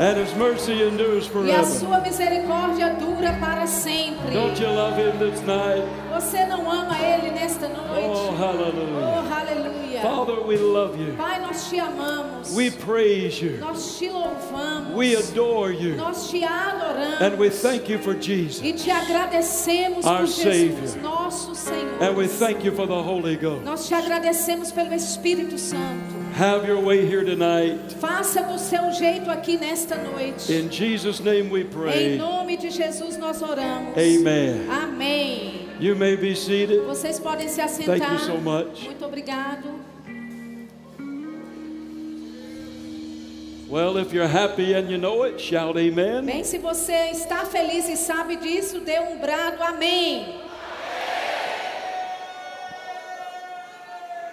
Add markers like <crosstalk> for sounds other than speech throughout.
And his mercy endures é E a forever. sua misericórdia dura para sempre. Don't you love him this night? Você não ama ele nesta Oh, noite? hallelujah. Oh, aleluia. Father, we love you. Pai, nós te amamos. We praise you. Nós te louvamos. We adore you. Nós te adoramos. And we thank you for Jesus. E te agradecemos Our por Jesus, Savior. nosso Senhor. And we thank you for the Holy Ghost. Nós te agradecemos pelo Espírito Santo. Have your way here tonight. Faça do seu jeito aqui nesta noite. In Jesus' name we Em pray. nome de Jesus nós oramos. Amen. Amém. You may be seated. Vocês podem se assentar. Thank you so much. Muito obrigado. Well, if you're happy and you know it, shout amen. Bem, se você está feliz e sabe disso, dê um brado. Amém.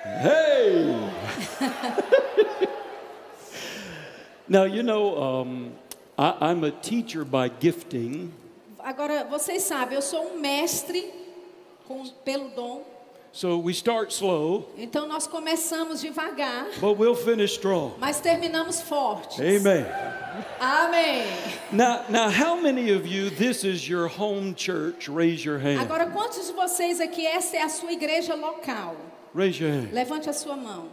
Hey! <laughs> now, you know, um, I, I'm a teacher by gifting, Agora, vocês sabem, eu sou um mestre com- pelo dom. so we start slow, Então nós começamos devagar, but we'll finish strong. mas terminamos forte. Amen. Amém. Now, now, how many of you, this is your home church? Raise your hand. Agora, quantos de vocês aqui essa é a sua igreja local? Raise your hand. Levante a sua mão.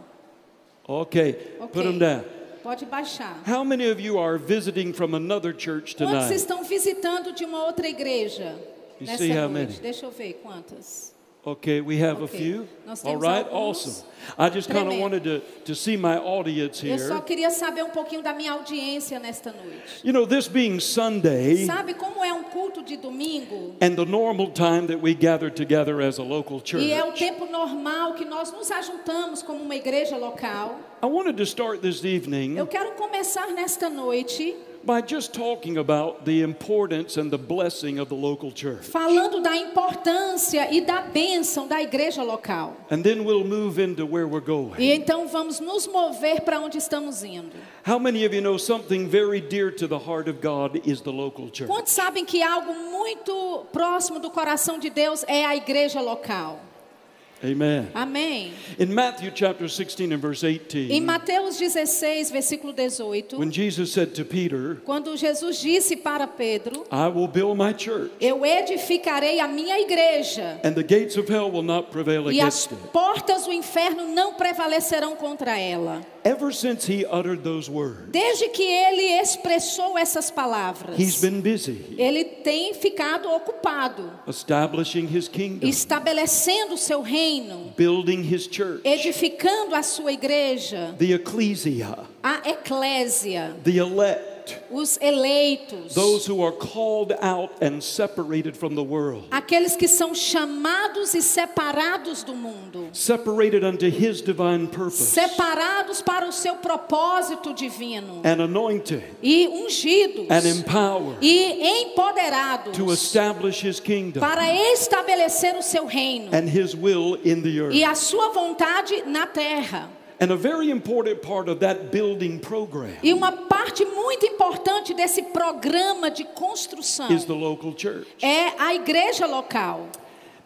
Okay, Ok. put them down. Pode baixar. How many of you are visiting from another church Quantos tonight? estão visitando de uma outra igreja You nessa see how many? noite? Deixa eu ver quantas. Okay, we have Ok. a few. Nós All temos right, alguns. awesome. I just kind of Tremendo. wanted to, to see my audience Eu só here. queria saber um pouquinho da minha audiência nesta noite. You know, this being Sunday Sabe como é um culto de domingo? and the normal time that we gather together as a local E é o church, tempo normal que nós nos ajuntamos como uma igreja local. I wanted to start this Eu evening quero começar nesta noite by just talking about the importance and the blessing of the local church. falando da importância e da bênção da igreja local. And then we'll move into where we're going. E então vamos nos mover para onde estamos indo. How many of you know something very dear to the heart of God is the local church? Quantos sabem que algo muito próximo do coração de Deus é a igreja local? Amen. Amém. In Matthew chapter 16 and verse Em 18, Mateus 16, versículo 18, when Jesus said to Peter, quando Jesus disse para Pedro: I will build my church, Eu edificarei a minha igreja, and the gates of hell will not prevail e as against it. portas do inferno não prevalecerão contra ela. Ever since he uttered those words, Desde que ele expressou essas palavras, he's been busy ele tem ficado ocupado, establishing his kingdom, estabelecendo o seu reino, building his church, edificando a sua igreja, the ecclesia, a eclésia, the elect, os eleitos, those who are called out and separated from the world, aqueles que são chamados e separados do mundo, separated unto his divine purpose, separados para o seu propósito divino and anointed e ungidos É. and empowered e empoderados to establish his kingdom para estabelecer o seu reino and his will in the earth. e a sua vontade na terra. And a very important part of that building program E uma parte muito importante desse programa de construção is the local church. é a igreja local.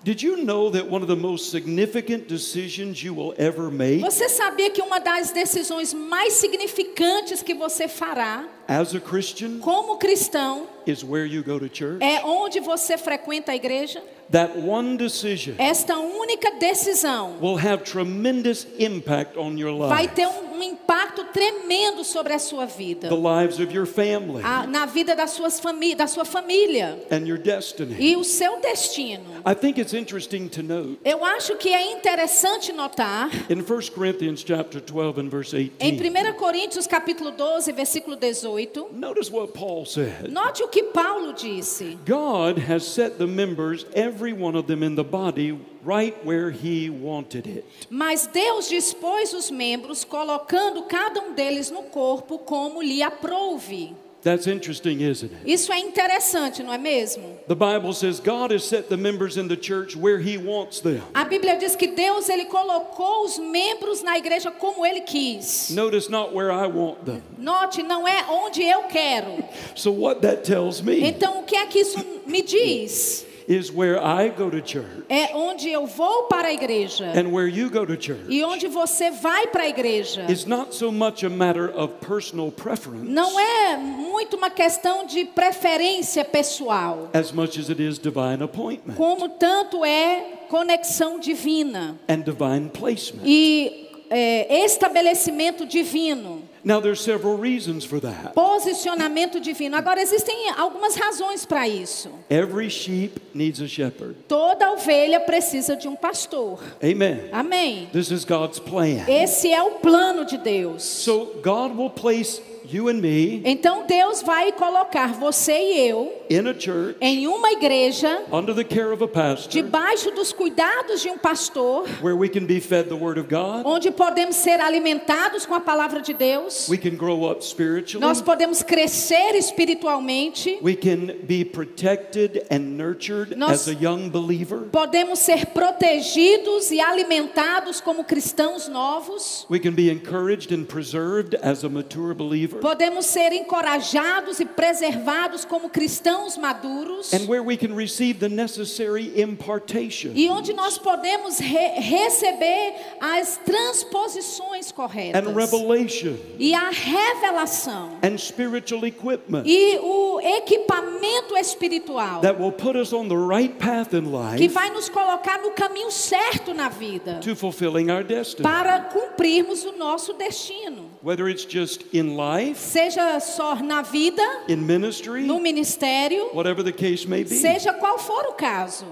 Did you know that one of the most significant decisions you will ever make Você sabia que uma das decisões mais significantes que você fará as a Christian como cristão is where you go to church? é onde você frequenta a igreja? That one decision Esta única decisão will have tremendous impact on your vai life, ter um, um impacto tremendo sobre a sua vida, the lives of your family, a- na vida das suas fami da sua família and your destiny. e o seu destino. I think it's interesting to note Eu acho que é interessante notar in 1 Corinthians chapter 12 and verse Em 18. 1 Coríntios capítulo 12, versículo 18, Notice what Paul said. note o que Paulo disse. God has set the members, every one of them in the body, right where He wanted it. Mas Deus dispôs os membros, colocando cada um deles no corpo como lhe aprouve. That's interesting, isn't it? Isso é interessante, não é mesmo? The Bible says God has set the members in the church where He wants them. A Bíblia diz que Deus ele colocou os membros na igreja como ele quis. Notice not where I want them. Note, não é onde eu quero. So, what that tells me Então, o que é que isso me diz? is where I go to church é onde eu vou para a igreja and where you go to church. e onde você vai para a igreja. It's not so much a matter of personal preference Não é muito uma questão de preferência pessoal, as much as it is divine appointment como tanto é conexão divina and divine placement. e é, estabelecimento divino, Now there's several reasons for that. posicionamento divino. Agora, existem algumas razões para isso. Every sheep needs a shepherd. Toda ovelha precisa de um pastor. Amen. Amém. This is God's plan. Esse é o plano de Deus. So God will place you and me Então Deus vai colocar você e eu in a church em uma igreja under the care of a pastor debaixo dos cuidados de um pastor, where we can be fed the word of God. onde podemos ser alimentados com a palavra de Deus. We can grow up Nós spiritually. podemos crescer espiritualmente, We can be protected and nurtured Nós- as a young believer. podemos ser protegidos e alimentados como cristãos novos. We can be encouraged and preserved as a mature believer. Podemos ser encorajados e preservados como cristãos maduros. And where we can receive the necessary impartation. E onde nós podemos re- receber as transposições corretas. and revelation E a revelação. and spiritual equipment E o equipamento espiritual. that will put us on the right path in Que life vai nos colocar no caminho certo na vida. to fulfilling our destiny. Para cumprirmos o nosso destino. Whether it's just in life, Seja só na vida, in ministry, no ministério. whatever the case may be. Seja qual for o caso.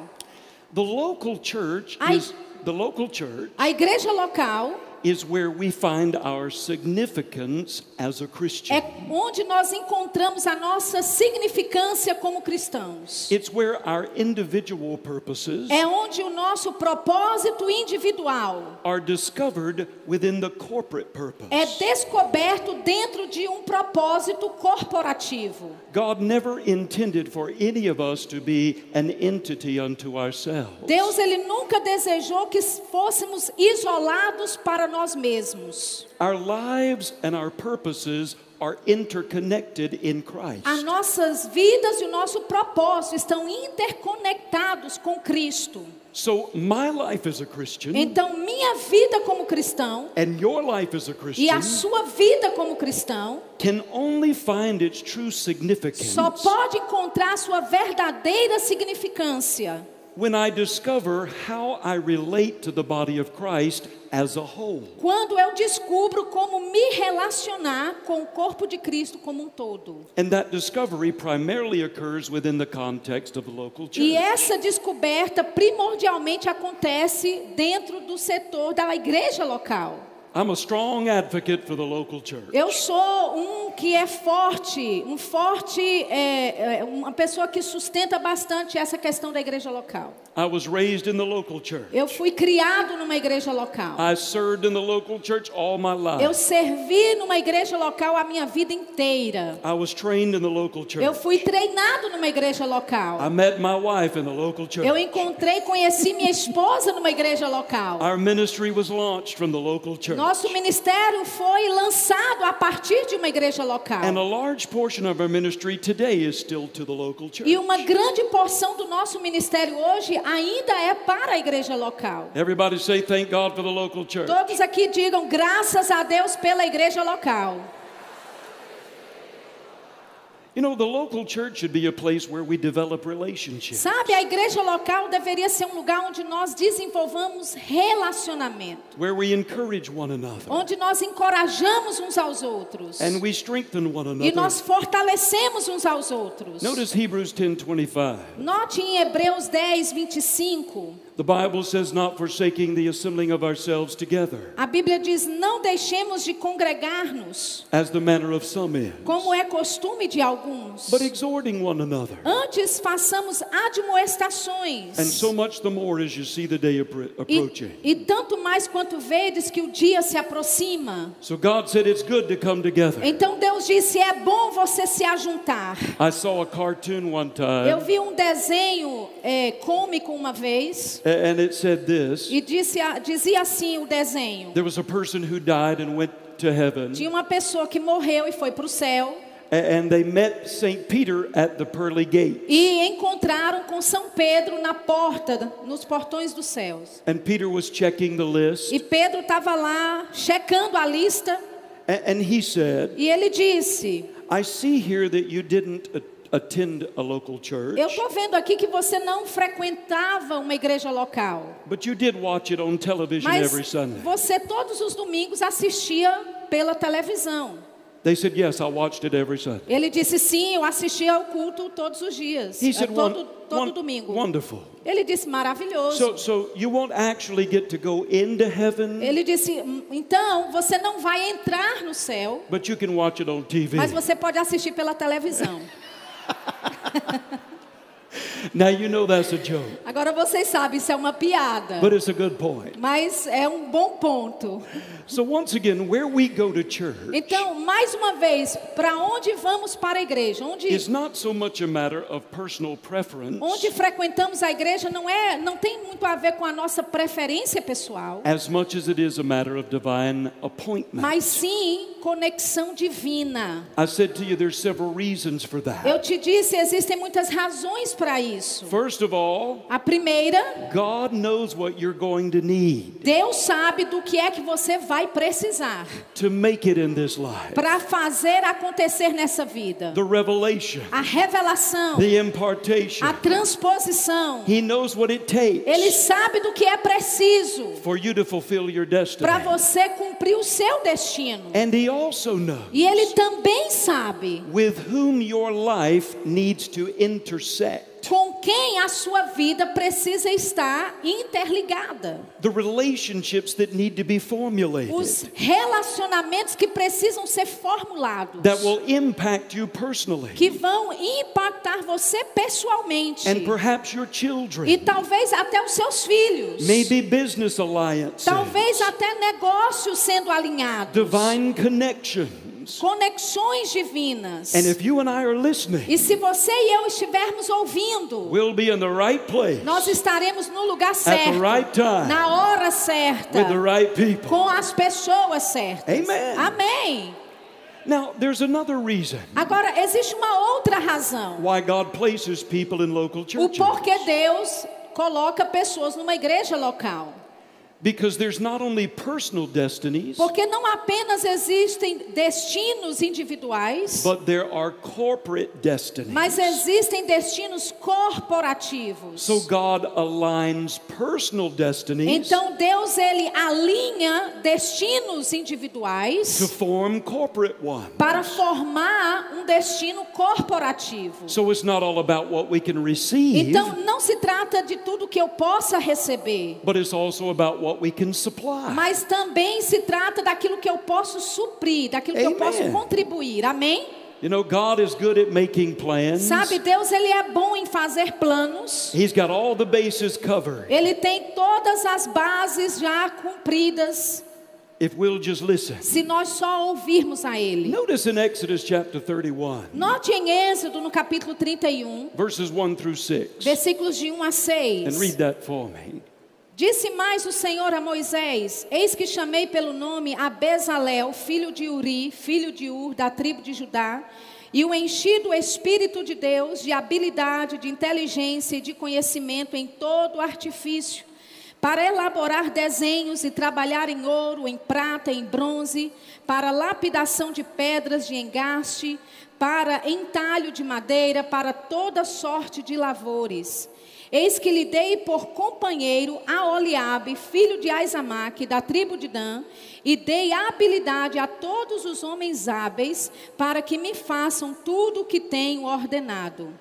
The local church I- is the local church A igreja local is where we find our significance as a Christian. é onde nós encontramos a nossa significância como cristãos. It's where our individual purposes É onde o nosso propósito individual are discovered within the corporate purpose. é descoberto dentro de um propósito corporativo. God never intended for any of us to be an entity unto ourselves. Deus ele nunca desejou que fôssemos isolados para nós mesmos. Our lives and our purposes are interconnected in Christ. As nossas vidas e o nosso propósito estão interconectados com Cristo. So my life as a Christian Então, minha vida como cristão and your life as a e a Christian sua vida como cristão can only find its true significance só pode encontrar sua verdadeira significância when I discover how I relate to the body of Christ as a whole. Quando eu descubro como me relacionar com o corpo de Cristo como um todo. And that discovery primarily occurs within the context of the local E church. essa descoberta primordialmente acontece dentro do setor da igreja local. I'm a strong advocate for the local church. Eu sou um que é forte, um forte, é, é, uma pessoa que sustenta bastante essa questão da igreja local. I was raised in the local church. Eu fui criado numa igreja local. I served in the local church all my Eu life. servi numa igreja local a minha vida inteira. I was trained in the local Eu church. fui treinado numa igreja local. I met my wife in the local Eu church. encontrei, conheci minha esposa numa igreja local. Our ministry was launched from the local church. Nosso ministério foi lançado a partir de uma igreja And a local. large portion of our ministry today is still to the local church. E uma grande porção do nosso ministério hoje ainda é para a igreja local. Everybody say thank God for the local church. Todos aqui digam graças a Deus pela igreja local. You know, the local church should be a place where we develop relationships. Sabe, a igreja local deveria ser um lugar onde nós desenvolvamos relacionamento, Where we encourage one another onde nós encorajamos uns aos outros and we strengthen one e another. nós fortalecemos uns aos outros. Notice Hebrews 10:25. Note em Hebreus 10, 25. The Bible says not forsaking the assembling of ourselves together. A Bíblia diz: Não deixemos de congregar-nos, as the manner of some is, como é costume de alguns. but exhorting one another. Antes façamos admoestações. And so much the more as you see the day appro- approaching. E, e tanto mais quanto vedes que o dia se aproxima. So God said it's good to come together. Então Deus disse: É bom você se ajuntar. I saw a cartoon one Eu time, vi um desenho é, cômico uma vez a- and it said this e disse, a- dizia assim o desenho. There was a person who died and went to heaven, Tinha uma pessoa que morreu e foi para o céu. A- And they met St. Peter at the pearly gate. e encontraram com São Pedro na porta, nos portões dos céus. And Peter was checking the list. E Pedro estava lá checando a lista A- And he said, e ele disse: I see here that you didn't a- attend a local church, Eu estou vendo aqui que você não frequentava uma igreja local, but you did watch it on television mas every Sunday. você todos os domingos assistia pela televisão. They said, Yes, I watched it every Sunday. Ele disse: Sim, eu assistia ao culto todos os dias, He é, said, Eh, todo, "Won- todo won- domingo. Wonderful. Ele disse: Maravilhoso. So, so you won't actually get to go into heaven, Ele disse: "Hum, Então você não vai entrar no céu. but you can watch it on TV. Mas você pode assistir pela televisão. Now you know that's a joke, Agora vocês sabem, isso é uma piada. but it's a good point. Mas é um bom ponto. So once again, where we go to church Então, mais uma vez, para onde vamos para a igreja? Onde, is not so much a matter of personal preference onde frequentamos a igreja não, é, não tem muito a ver com a nossa preferência pessoal, as much as it is a matter of divine appointment. mas sim conexão divina. I said to you there's several reasons for that. Eu te disse, existem muitas razões para isso. First of all, A primeira, God knows what you're going to need Deus sabe do que é que você vai precisar to make it in this life. para fazer acontecer nessa vida. The revelation, a revelação, the a impartation. transposição. He knows what it takes. Ele sabe do que é preciso for you to fulfill your para destiny. você cumprir o seu destino. And he also knows E ele também sabe with whom your life needs to intersect. com quem a sua vida precisa estar interligada. The relationships that need to be Os formulated relacionamentos que precisam ser formulados, that will impact you personally que vão impactar você pessoalmente. and perhaps your E children. talvez até os seus filhos. Maybe business alliances, Talvez até negócios sendo alinhados. divine connections. conexões divinas. And if you and I are listening, E se você e eu estivermos ouvindo, we'll be in the right place nós estaremos no lugar at the certo, right time na hora certa, with the right people. com as pessoas certas. Amen. Amém. Now, there's another reason Agora, existe uma outra razão. why God places people in local O churches. porquê Deus coloca pessoas numa igreja local. Because there's not only personal destinies, Porque não apenas existem destinos individuais, but there are corporate mas destinies. existem destinos corporativos. So God aligns personal destinies Então Deus ele alinha destinos to individuais form corporate ones. para formar um destino corporativo. So it's not all about what we can receive, Então não se trata de tudo que eu possa receber, but it's also about what we can supply. mas também se trata daquilo que eu posso suprir, daquilo que eu Amen. posso contribuir. Amém? You know, God is good at making plans. Sabe, Deus ele é bom em fazer planos. He's got all the bases covered. Ele tem todas as bases já cumpridas If we'll just listen. se nós só ouvirmos a ele. Notice in Exodus chapter 31, Note em Êxodo no capítulo 31, verses 1 through 6. Versículos de 1 a And 6. read that for me. Disse mais o Senhor a Moisés: Eis que chamei pelo nome a Bezalel, filho de Uri, filho de Ur, da tribo de Judá, e o enchi do Espírito de Deus, de habilidade, de inteligência e de conhecimento em todo artifício, para elaborar desenhos e trabalhar em ouro, em prata, em bronze, para lapidação de pedras de engaste, para entalho de madeira, para toda sorte de lavores. Eis que lhe dei por companheiro a Oliabe, filho de Aizamaque, da tribo de Dan, e dei habilidade a todos os homens hábeis para que me façam tudo o que tenho ordenado.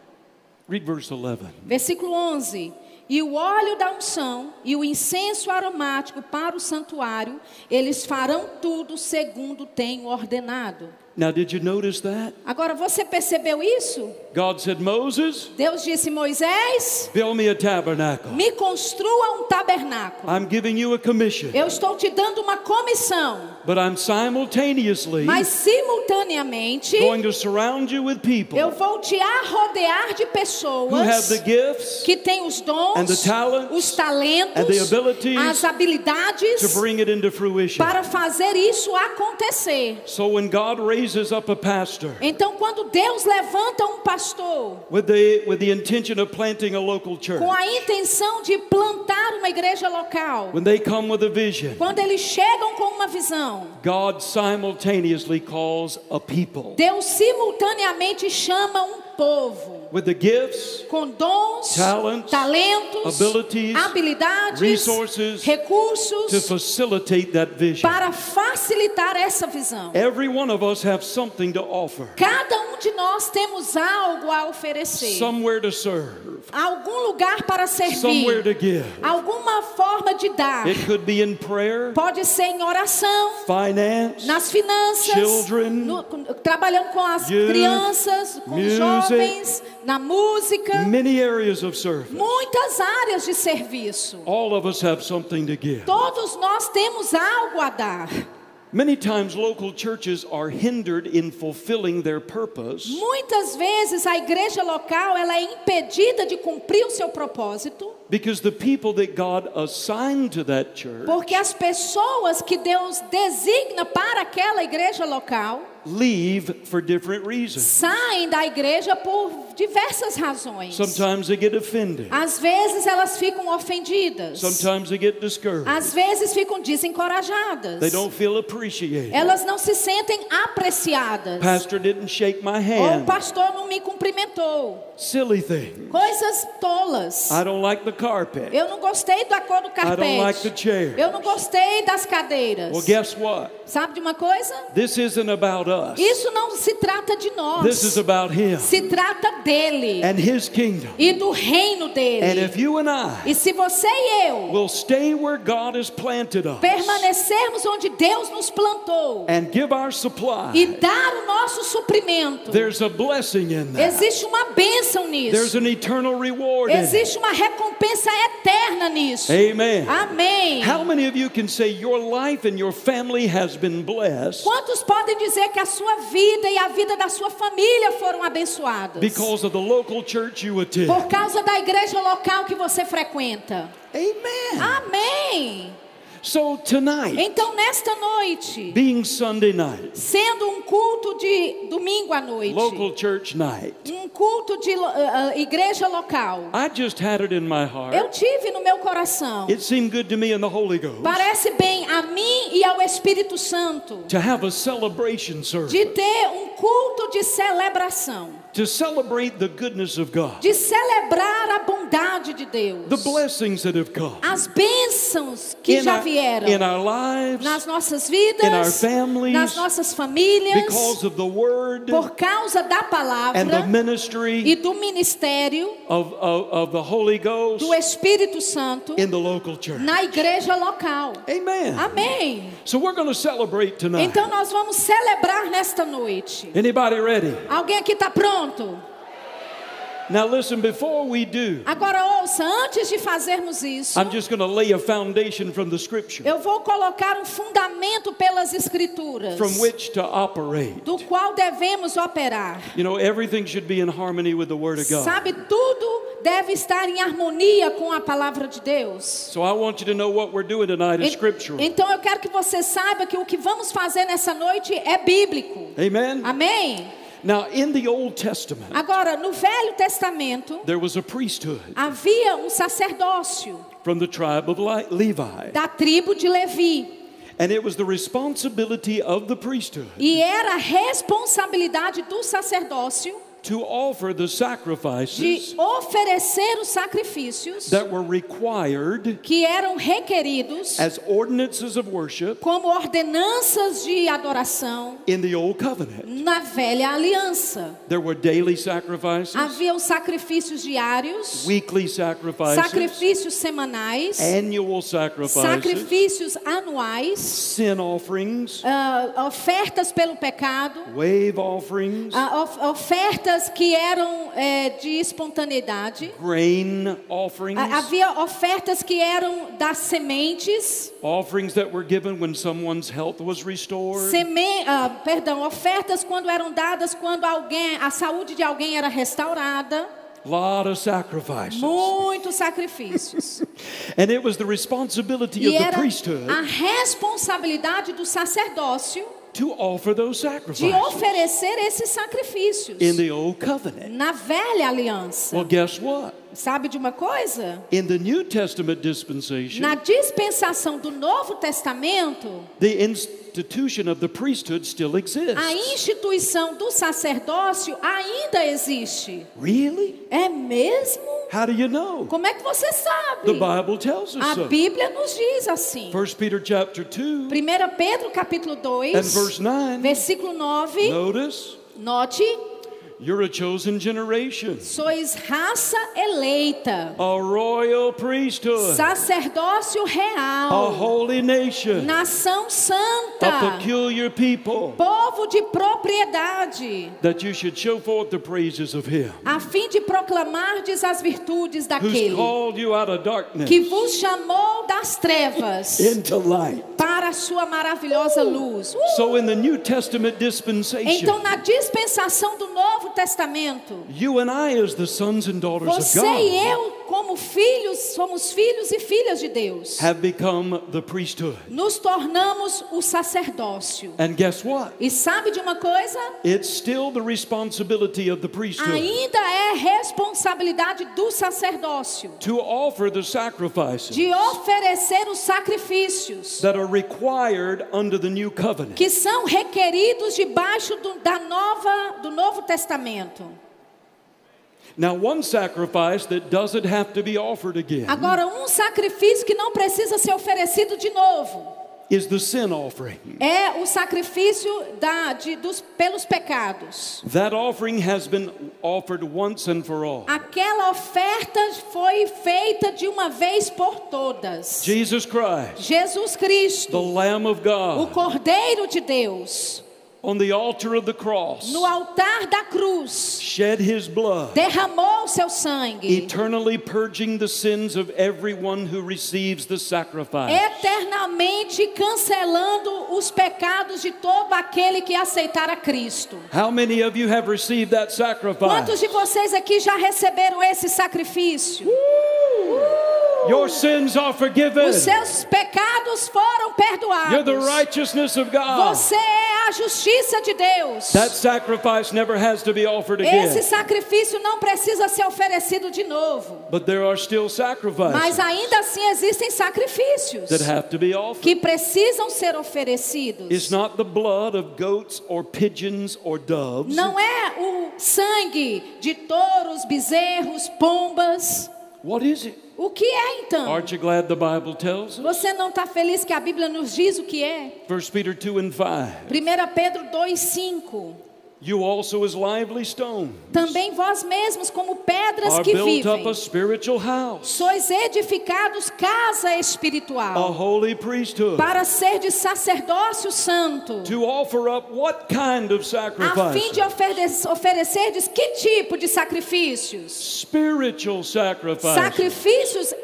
Read verse 11. Versículo 11. E o óleo da unção e o incenso aromático para o santuário, eles farão tudo segundo tenho ordenado. Now, did you notice that? Agora, você percebeu isso? God said, Moses, Deus disse, Moisés, build me a tabernacle. me construa um tabernáculo. I'm giving you a commission. Eu estou te dando uma comissão. But I'm simultaneously mas simultaneamente going to surround you with eu people vou te arrodear de who have pessoas the gifts que têm os and the dons, talents os and the talentos, abilities as to habilidades bring it into fruition. para fazer isso acontecer. So when God raises up a pastor Então, quando Deus levanta um pastor with the, with the intention of planting a local church, com a intenção de plantar uma igreja local, when they come with a vision, quando eles chegam com uma visão, God simultaneously calls a people Deus simultaneamente chama um povo with the gifts com dons, Talents, talentos, abilities, habilidades, resources, to recursos facilitate that vision. para facilitar essa visão. Every one of us have something to offer, Cada um de nós temos algo a oferecer, somewhere to serve, algum lugar para somewhere servir, to give. alguma forma de dar. It could be in prayer, Pode ser em oração, finance, nas finanças, Children, no- com- trabalhando com as youth, crianças, com os music, jovens, na música, many areas of service. muitas áreas de serviço. All of us have something to give. Todos nós temos algo a dar. Many times, local churches are hindered in fulfilling their purpose Muitas vezes a igreja local ela é impedida de cumprir o seu propósito. because the people that God assigned to that church Porque as pessoas que Deus designa para aquela igreja local leave for different reasons. saem da igreja por diversas razões. Sometimes they get offended, Às vezes elas ficam ofendidas. sometimes they get discouraged, Às vezes ficam desencorajadas. they don't feel appreciated. Elas não se sentem apreciadas. Pastor didn't shake my Ou o hand. pastor não me cumprimentou. Silly thing. Coisas tolas. I don't like the carpet. Eu não gostei da cor do I don't like carpete. the chair. Eu não gostei das cadeiras. Well, guess what? Sabe de uma coisa? This isn't about us. Isso não se trata de nós. This is about Him Se trata dele and His kingdom. e do reino And dele. if you and I E se você e eu will stay where God has planted us permanecermos onde Deus nos plantou and give our e supply, dar o nosso suprimento, there's a blessing in that. existe uma bênção There's nisso. an eternal reward in it. Existe uma recompensa eterna nisso. Amen. Amém. How many of you can say your life and your family has been blessed Quantos podem dizer que a sua vida e a vida da sua família foram abençoadas? because of the local church you attend? Por causa da igreja local que você frequenta. Ah. Amen. Amém. So tonight, Então, nesta noite, being Sunday night, sendo um culto de domingo à noite, local church night, um culto de lo- ah, ah, igreja local. I just had it in my heart. Eu tive no meu coração, It seemed good to me in the Holy Ghost parece bem a mim e ao Espírito Santo, to have a celebration de service ter um culto de celebração, to celebrate the goodness of God, de celebrar a bondade de Deus, the blessings that have come as bênçãos Ah, que in já our, in vieram our nas lives nossas in our vidas, families, nas nossas famílias, because of the Word por causa da and the palavra e ministry do ministério of, of, of the Holy Ghost do Espírito Santo in the local church. na igreja local. Amen. Amém. So we're going to celebrate tonight. Então nós vamos celebrar nesta noite. Anybody ready? Alguém aqui está pronto? Now listen, before we do, Agora ouça, antes de fazermos isso, I'm just going to lay a foundation from the scripture eu vou colocar um fundamento pelas escrituras from which to operate. do qual devemos operar. You know, everything should be in harmony with the Word of God. Sabe, tudo deve estar em harmonia com a palavra de Deus. So I want you to know what we're doing tonight is En- scriptural. Então eu quero que você saiba que o que vamos fazer nessa noite é bíblico. Amen? Amém? Now, in the Old Testament, Agora, no Velho Testamento, there was a priesthood havia um sacerdócio from the tribe of Li- Levi, da tribo de Levi. and it was the responsibility of the priesthood E era a responsabilidade do sacerdócio to offer the sacrifices de oferecer os sacrifícios that were required que eram requeridos as ordinances of worship como ordenanças de adoração in the Old Covenant. na velha aliança. There were daily sacrifices, Havia os sacrifícios diários, weekly sacrifices, sacrifícios semanais, annual sacrifices, sacrifícios anuais, sin offerings, ah, ofertas pelo pecado, wave offerings, Uh, ah, of- oferta ofertas que eram é, de espontaneidade. grain offerings, A- Havia ofertas que eram das sementes, offerings that were given when someone's health was restored. semen, ah, perdão, ofertas quando eram dadas quando alguém, a saúde de alguém era restaurada, lot of sacrifices. <laughs> muitos sacrifícios. And it was the responsibility of E the era priesthood a responsabilidade do sacerdócio to offer those de sacrifices oferecer esses sacrifícios in the old covenant. na velha aliança. Well, guess what? Sabe de uma coisa? In the New Testament dispensation, Na dispensação do Novo Testamento, the institution of the priesthood still a exists. instituição do sacerdócio ainda existe. Really? É mesmo? How do you know? Como é que você The sabe? Bible tells A us so. Bíblia nos diz assim. 1 Peter chapter 2 1 Pedro capítulo and 2, verse 9. versículo 9, Notice, note, you're a chosen generation, sois raça eleita, a royal priesthood, sacerdócio a real, holy nation, nação a santa, peculiar people. povo de propriedade, that you should show forth the praises of him a fim de proclamardes as virtudes who's daquele called you out of darkness que vos chamou das trevas into light. para a sua maravilhosa luz. Uh! So in the New Testament dispensation, Então, na dispensação do Novo Testamento, you and I as the sons and daughters of você e God eu, como filhos, somos filhos e filhas de Deus. have become the priesthood. Nos tornamos o sacerdócio. And guess what? E sabe de uma coisa? It's still the responsibility of the priesthood Ainda é responsabilidade do sacerdócio to offer the sacrifices de oferecer os sacrifícios that are required under the new covenant. que são requeridos debaixo do, da nova, do Novo Testamento. Now, one sacrifice that doesn't have to be offered again Agora, um sacrifício que não precisa ser oferecido de novo is the sin offering. é o sacrifício da, de, dos, pelos pecados. That offering has been offered once and for all. Aquela oferta foi feita de uma vez por todas. Jesus Christ, Jesus the Cristo, Lamb of o God, Cordeiro de Deus, on the altar of the cross, no altar da cruz, shed his blood, derramou o seu sangue, eternally purging the sins of everyone who receives the Eh- sacrifice. eternamente cancelando os pecados de todo aquele que aceitar a Cristo. How many of you have received that sacrifice? Quantos de vocês aqui já receberam esse sacrifício? Your sins are forgiven. Os seus pecados foram You're the perdoados. righteousness of God. Você é a justiça de Deus. That sacrifice never has to be offered Esse again. sacrifício não precisa ser oferecido de novo. But there are still Mas sacrifices ainda assim existem sacrifícios that have to be offered. que precisam ser It's oferecidos. not the blood of goats or pigeons or doves. Não é o sangue de touros, bezerros, pombas. What is it? O que é então? Aren't you glad the Bible tells us? Você não está feliz que a Bíblia nos diz o que é? 1 Peter 2 and 5. 1 Pedro 2,5 You also as lively stones Também vós mesmos, como pedras are que built up a vivem, spiritual house, sois edificados casa espiritual, a holy priesthood, para ser de sacerdócio santo, to offer up what kind of a fim sacrifice? de oferecer, oferecerdes que tipo de sacrifícios? Spiritual sacrifice. Sacrifícios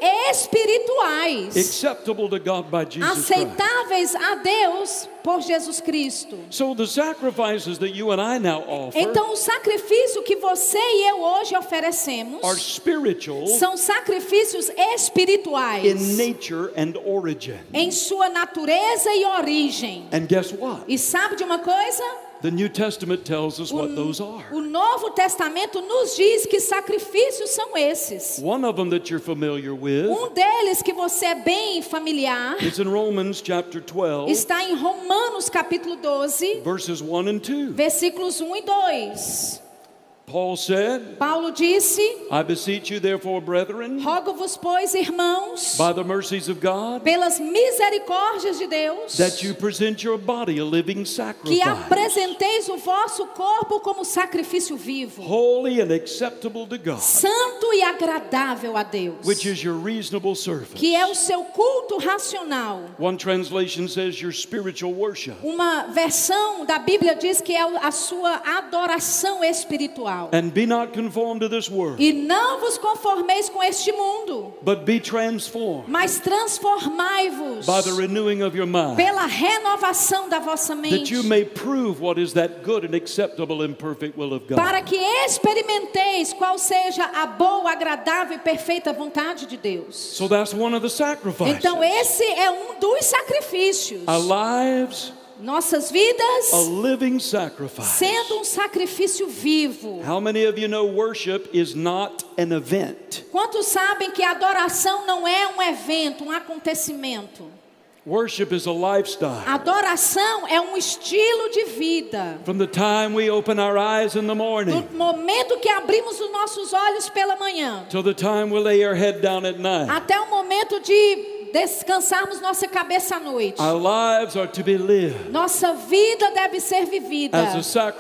espirituais, Acceptable to God by Jesus Christ. aceitáveis a Deus por Jesus Cristo. So the sacrifices that you and I now offer Então, o sacrifício que você e eu hoje are oferecemos spiritual são sacrifícios in espirituais. nature and origin. em sua natureza e origem. And guess what? E sabe de uma coisa? The New Testament tells us what those are. O Novo Testamento nos diz que sacrifícios são esses. One of them that you're familiar with Um deles que você é bem familiar is in Romans chapter 12, está em Romanos capítulo 12, verses 1 and 2. versículos 1 e 2. Paul said, Paulo disse: I beseech you, therefore, brethren, Rogo-vos, pois, irmãos, by the mercies of God, pelas misericórdias de Deus, that you present your body a living que sacrifice, apresenteis o vosso corpo como sacrifício vivo, holy and acceptable to God, santo e agradável a Deus. which is your reasonable service. que é o seu culto racional. One translation says your spiritual worship. Uma versão da Bíblia diz que é a sua adoração espiritual. mal. And be not conformed to this world, E não vos conformeis com este mundo, but be transformed mas transformai-vos by the renewing of your mind, pela renovação da vossa that mente, you may prove what is that good and acceptable and perfect will of God. para que experimenteis qual seja a boa, agradável e perfeita vontade de Deus. So that's one of the sacrifices. Então, esse é um dos sacrifícios. Our lives, Nossas a vidas living sacrifice. sendo um sacrifício vivo. How many of you know worship is not an event? Quantos sabem que a adoração não é um evento, um acontecimento? Worship is a lifestyle. Adoração é um estilo de vida. From the time we open our eyes in the Do morning momento que abrimos os nossos olhos pela manhã, till the time we lay our head down at night, até o momento de descansarmos nossa cabeça à noite. our lives are to be lived Nossa vida deve ser vivida as a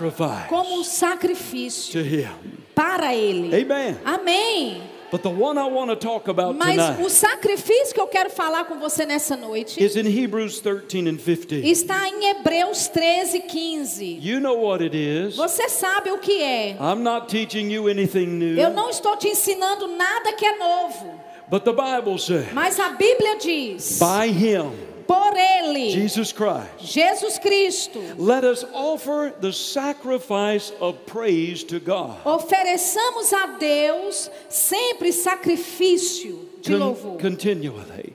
como sacrifice um sacrifício to Him. para Ele. Amen. Amém. But the one I want to talk about Mas o tonight sacrifício que eu quero falar com você nessa noite is in Hebrews 13 and 15. está em Hebreus 13, 15. You know what it is. Você sabe o que é. I'm not teaching you anything Eu new, não estou te ensinando nada que é novo, but the Bible says, mas a Bíblia diz: by Him, por Ele, Jesus Christ. Jesus Cristo, Let us offer the sacrifice of praise to God. ofereçamos a Deus sempre sacrifício de con- louvor, continually.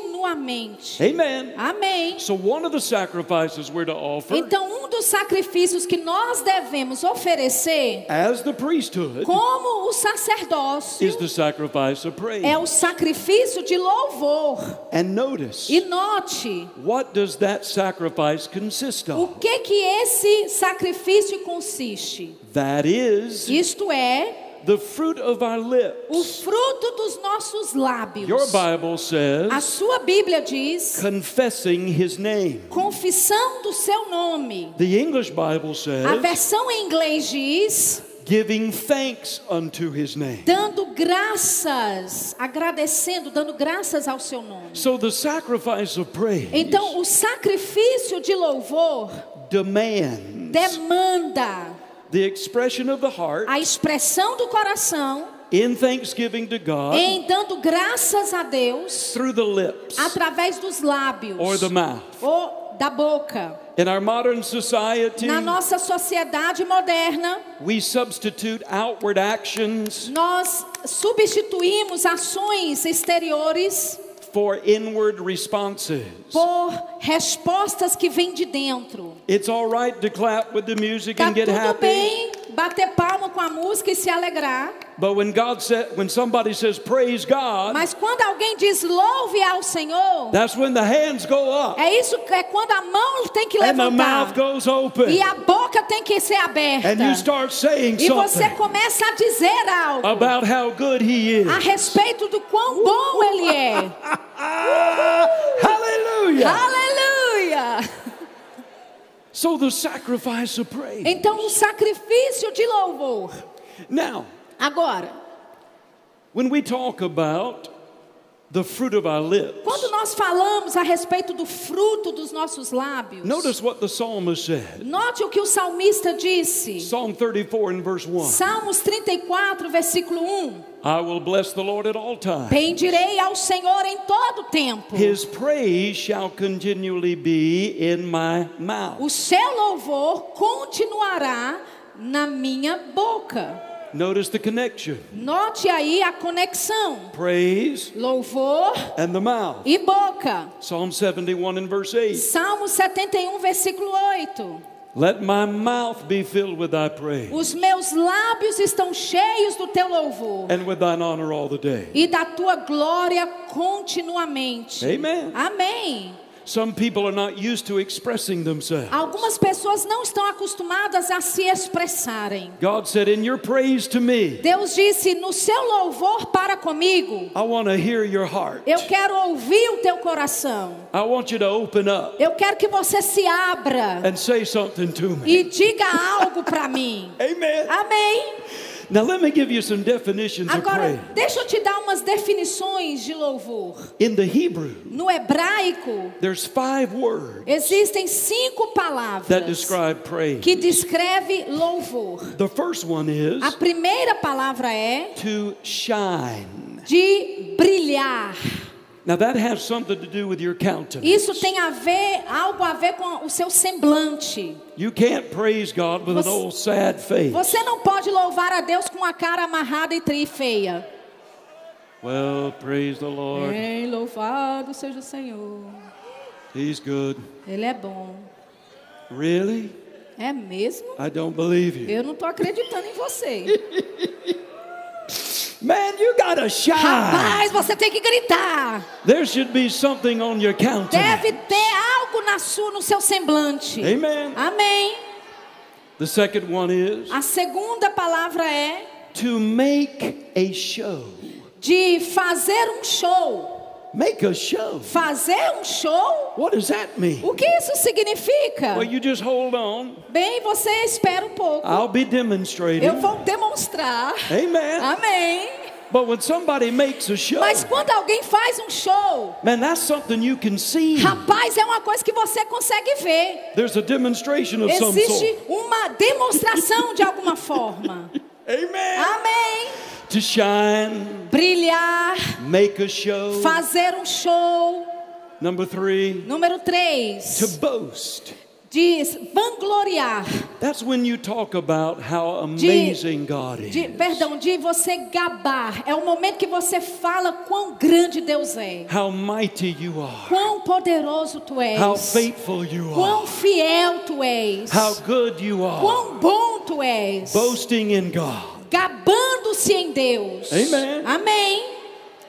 continuamente. Amen. Amém. So, one of the sacrifices we're to offer Então, um dos sacrifícios que nós devemos oferecer as the priesthood como o is sacerdócio the sacrifice of é praise. o sacrifício de louvor. And notice, E note, what does that sacrifice consist o of? que que esse sacrifício consiste? That is Isto é the fruit of our o lips. fruto dos nossos lábios. Your Bible A says, sua Bíblia diz confessing his name. confissão do seu nome. The English Bible A says, versão em inglês diz giving thanks unto his name. dando graças, agradecendo, dando graças ao seu nome. So the sacrifice of praise Então, o sacrifício de louvor demands demanda the expression of the heart a expressão do coração in thanksgiving to God em dando graças a Deus through the lips através dos lábios or the mouth. ou da boca. In our modern society, Na nossa sociedade moderna, we substitute outward actions Nós substituímos ações exteriores for inward responses. por respostas que vêm de dentro. It's all right to clap with the music Tá and get tudo happy, bem bater palma com a música e se alegrar, but when God said, when somebody says praise God, mas quando alguém diz louve ao Senhor, that's when the hands go up é isso é quando a mão tem que and the mouth levantar goes open e a boca tem que ser and you aberta. start saying E você something começa a dizer algo about how good He is. a respeito do quão bom ele é. Ah, <laughs> hallelujah. Aleluia! So the sacrifice of praise. Então o sacrifício de louvor. Now, Agora, when we talk about the fruit of our lips, Quando nós falamos a respeito do fruto dos nossos lábios, notice what the psalmist said. note o que o salmista disse. Psalm 34 and verse 1. Salmos 34, versículo 1. I will bless the Lord at all times. Bendirei ao Senhor em todo tempo. His praise shall continually be in my mouth. O seu louvor continuará na minha boca. Notice the connection. Note aí a conexão. Praise Louvor and the mouth. e boca. Psalm 71 and verse 8. Salmo 71, versículo 8. Let my mouth be filled with thy praise Os meus lábios estão cheios do teu louvor. and with thine honor all the day. e da tua glória continuamente. Amen. Amém. Some people are not used to expressing themselves. Algumas pessoas não estão acostumadas a se expressarem. God said, In your praise to me, Deus disse: No seu louvor para comigo, I want to hear your heart. eu quero ouvir o teu coração. I want you to open up Eu quero que você se abra and say something to me. e diga algo para mim. Amen. Amém. Now, let me give you some definitions of Agora, praise. deixa eu te dar umas definições de louvor. In the Hebrew, No hebraico, there's five words existem cinco that palavras describe praise. que descreve louvor. The first one is A primeira palavra é to shine. de brilhar. Now, that has something to do with your countenance. Isso tem a ver, algo a ver com o seu semblante. You can't praise God with an Você- old sad face. Você não pode louvar a Deus com a cara amarrada e tri feia. Well, praise the Lord. Bem, louvado seja o Senhor. He's good. Ele é bom. Really? É mesmo? I don't believe you. Eu não tô acreditando em <laughs> você. Man, you gotta shine. Rapaz, você tem que gritar. There should be something on your countenance. Deve ter algo na sua, no seu semblante. Amen. Amém. The second one is A segunda palavra é to make a show. de fazer um show. Make a show. Fazer um show? What does that mean? O que isso significa? Well, you just hold on. Bem, você espera um pouco. I'll be Eu demonstrating. vou demonstrar. Amen. Amém. But when somebody makes a show, Mas quando alguém faz um show, man, that's something you can see. rapaz, é uma coisa que você consegue ver. There's a demonstration of some sort. Existe uma demonstração de alguma forma. Amen. Amém. To shine, Brilhar, make a show. fazer um show. Number three, Número to 3. boast. Diz vangloriar. That's when you talk about how De- amazing God is. De, perdão, de você gabar. É o momento que você fala quão grande Deus é. How mighty you are. Quão poderoso tu és. How faithful you are. Quão fiel tu és. How good you are. Quão bom tu és. Boasting in God. Gabando-se em Deus. Amen. Amém.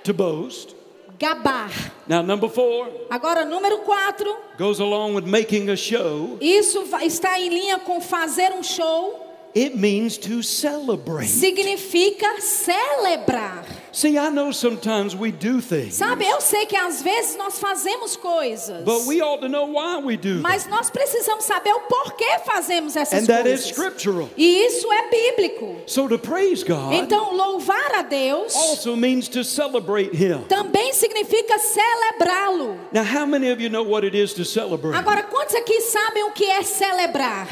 To boast. Gabar. Now, number four Agora, número 4. goes along with making a show. Isso va- está em linha com fazer um show. It means to celebrate. Significa celebrar. See, I know sometimes we do things, Sabe, eu sei que às vezes nós fazemos coisas. but we ought to know why we do them. Mas nós precisamos saber o porquê fazemos essas And that is coisas. scriptural. E isso é bíblico. So to praise God Então, louvar a Deus also means to celebrate Him. também significa celebrá-lo. Now, how many of you know what it is to celebrate? Agora, quantos aqui sabem o que é celebrar?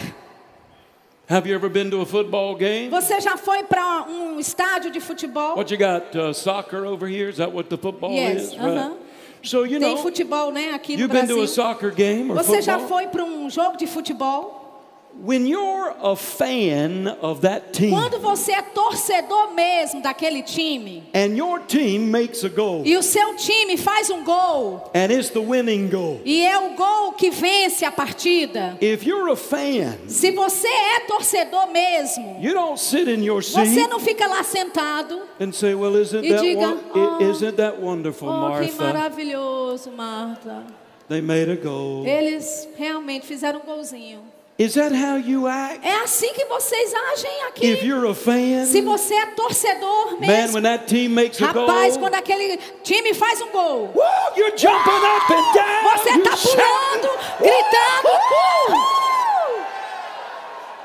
Have you ever been to a football game? Você já foi para um estádio de futebol? What you got? Uh, soccer over here? Is that what the football Yes, is? uh-huh. So you Tem know, futebol, né, aqui no you've been to Brasil. a soccer game or Você já football. foi para um jogo de futebol? When you're a fan of that team Quando você é torcedor mesmo daquele time and your team makes a goal e o seu time faz um gol and it's the winning goal, e é o gol que vence a partida, if you're a fan, se você é torcedor mesmo, you don't sit in your você seat não fica lá sentado. and say, "Well, isn't E that diga, won- i- "Oh, isn't that wonderful, Oh, que Martha? maravilhoso, Marta. They made a goal." Eles realmente fizeram um golzinho. Is that how you act? É assim que vocês agem If aqui. you're a fan, Se você é torcedor man, mesmo, when that team makes a goal, rapaz, quando aquele time faz um gol, Woo, you're jumping up and down. você you're tá shouting. pulando, gritando.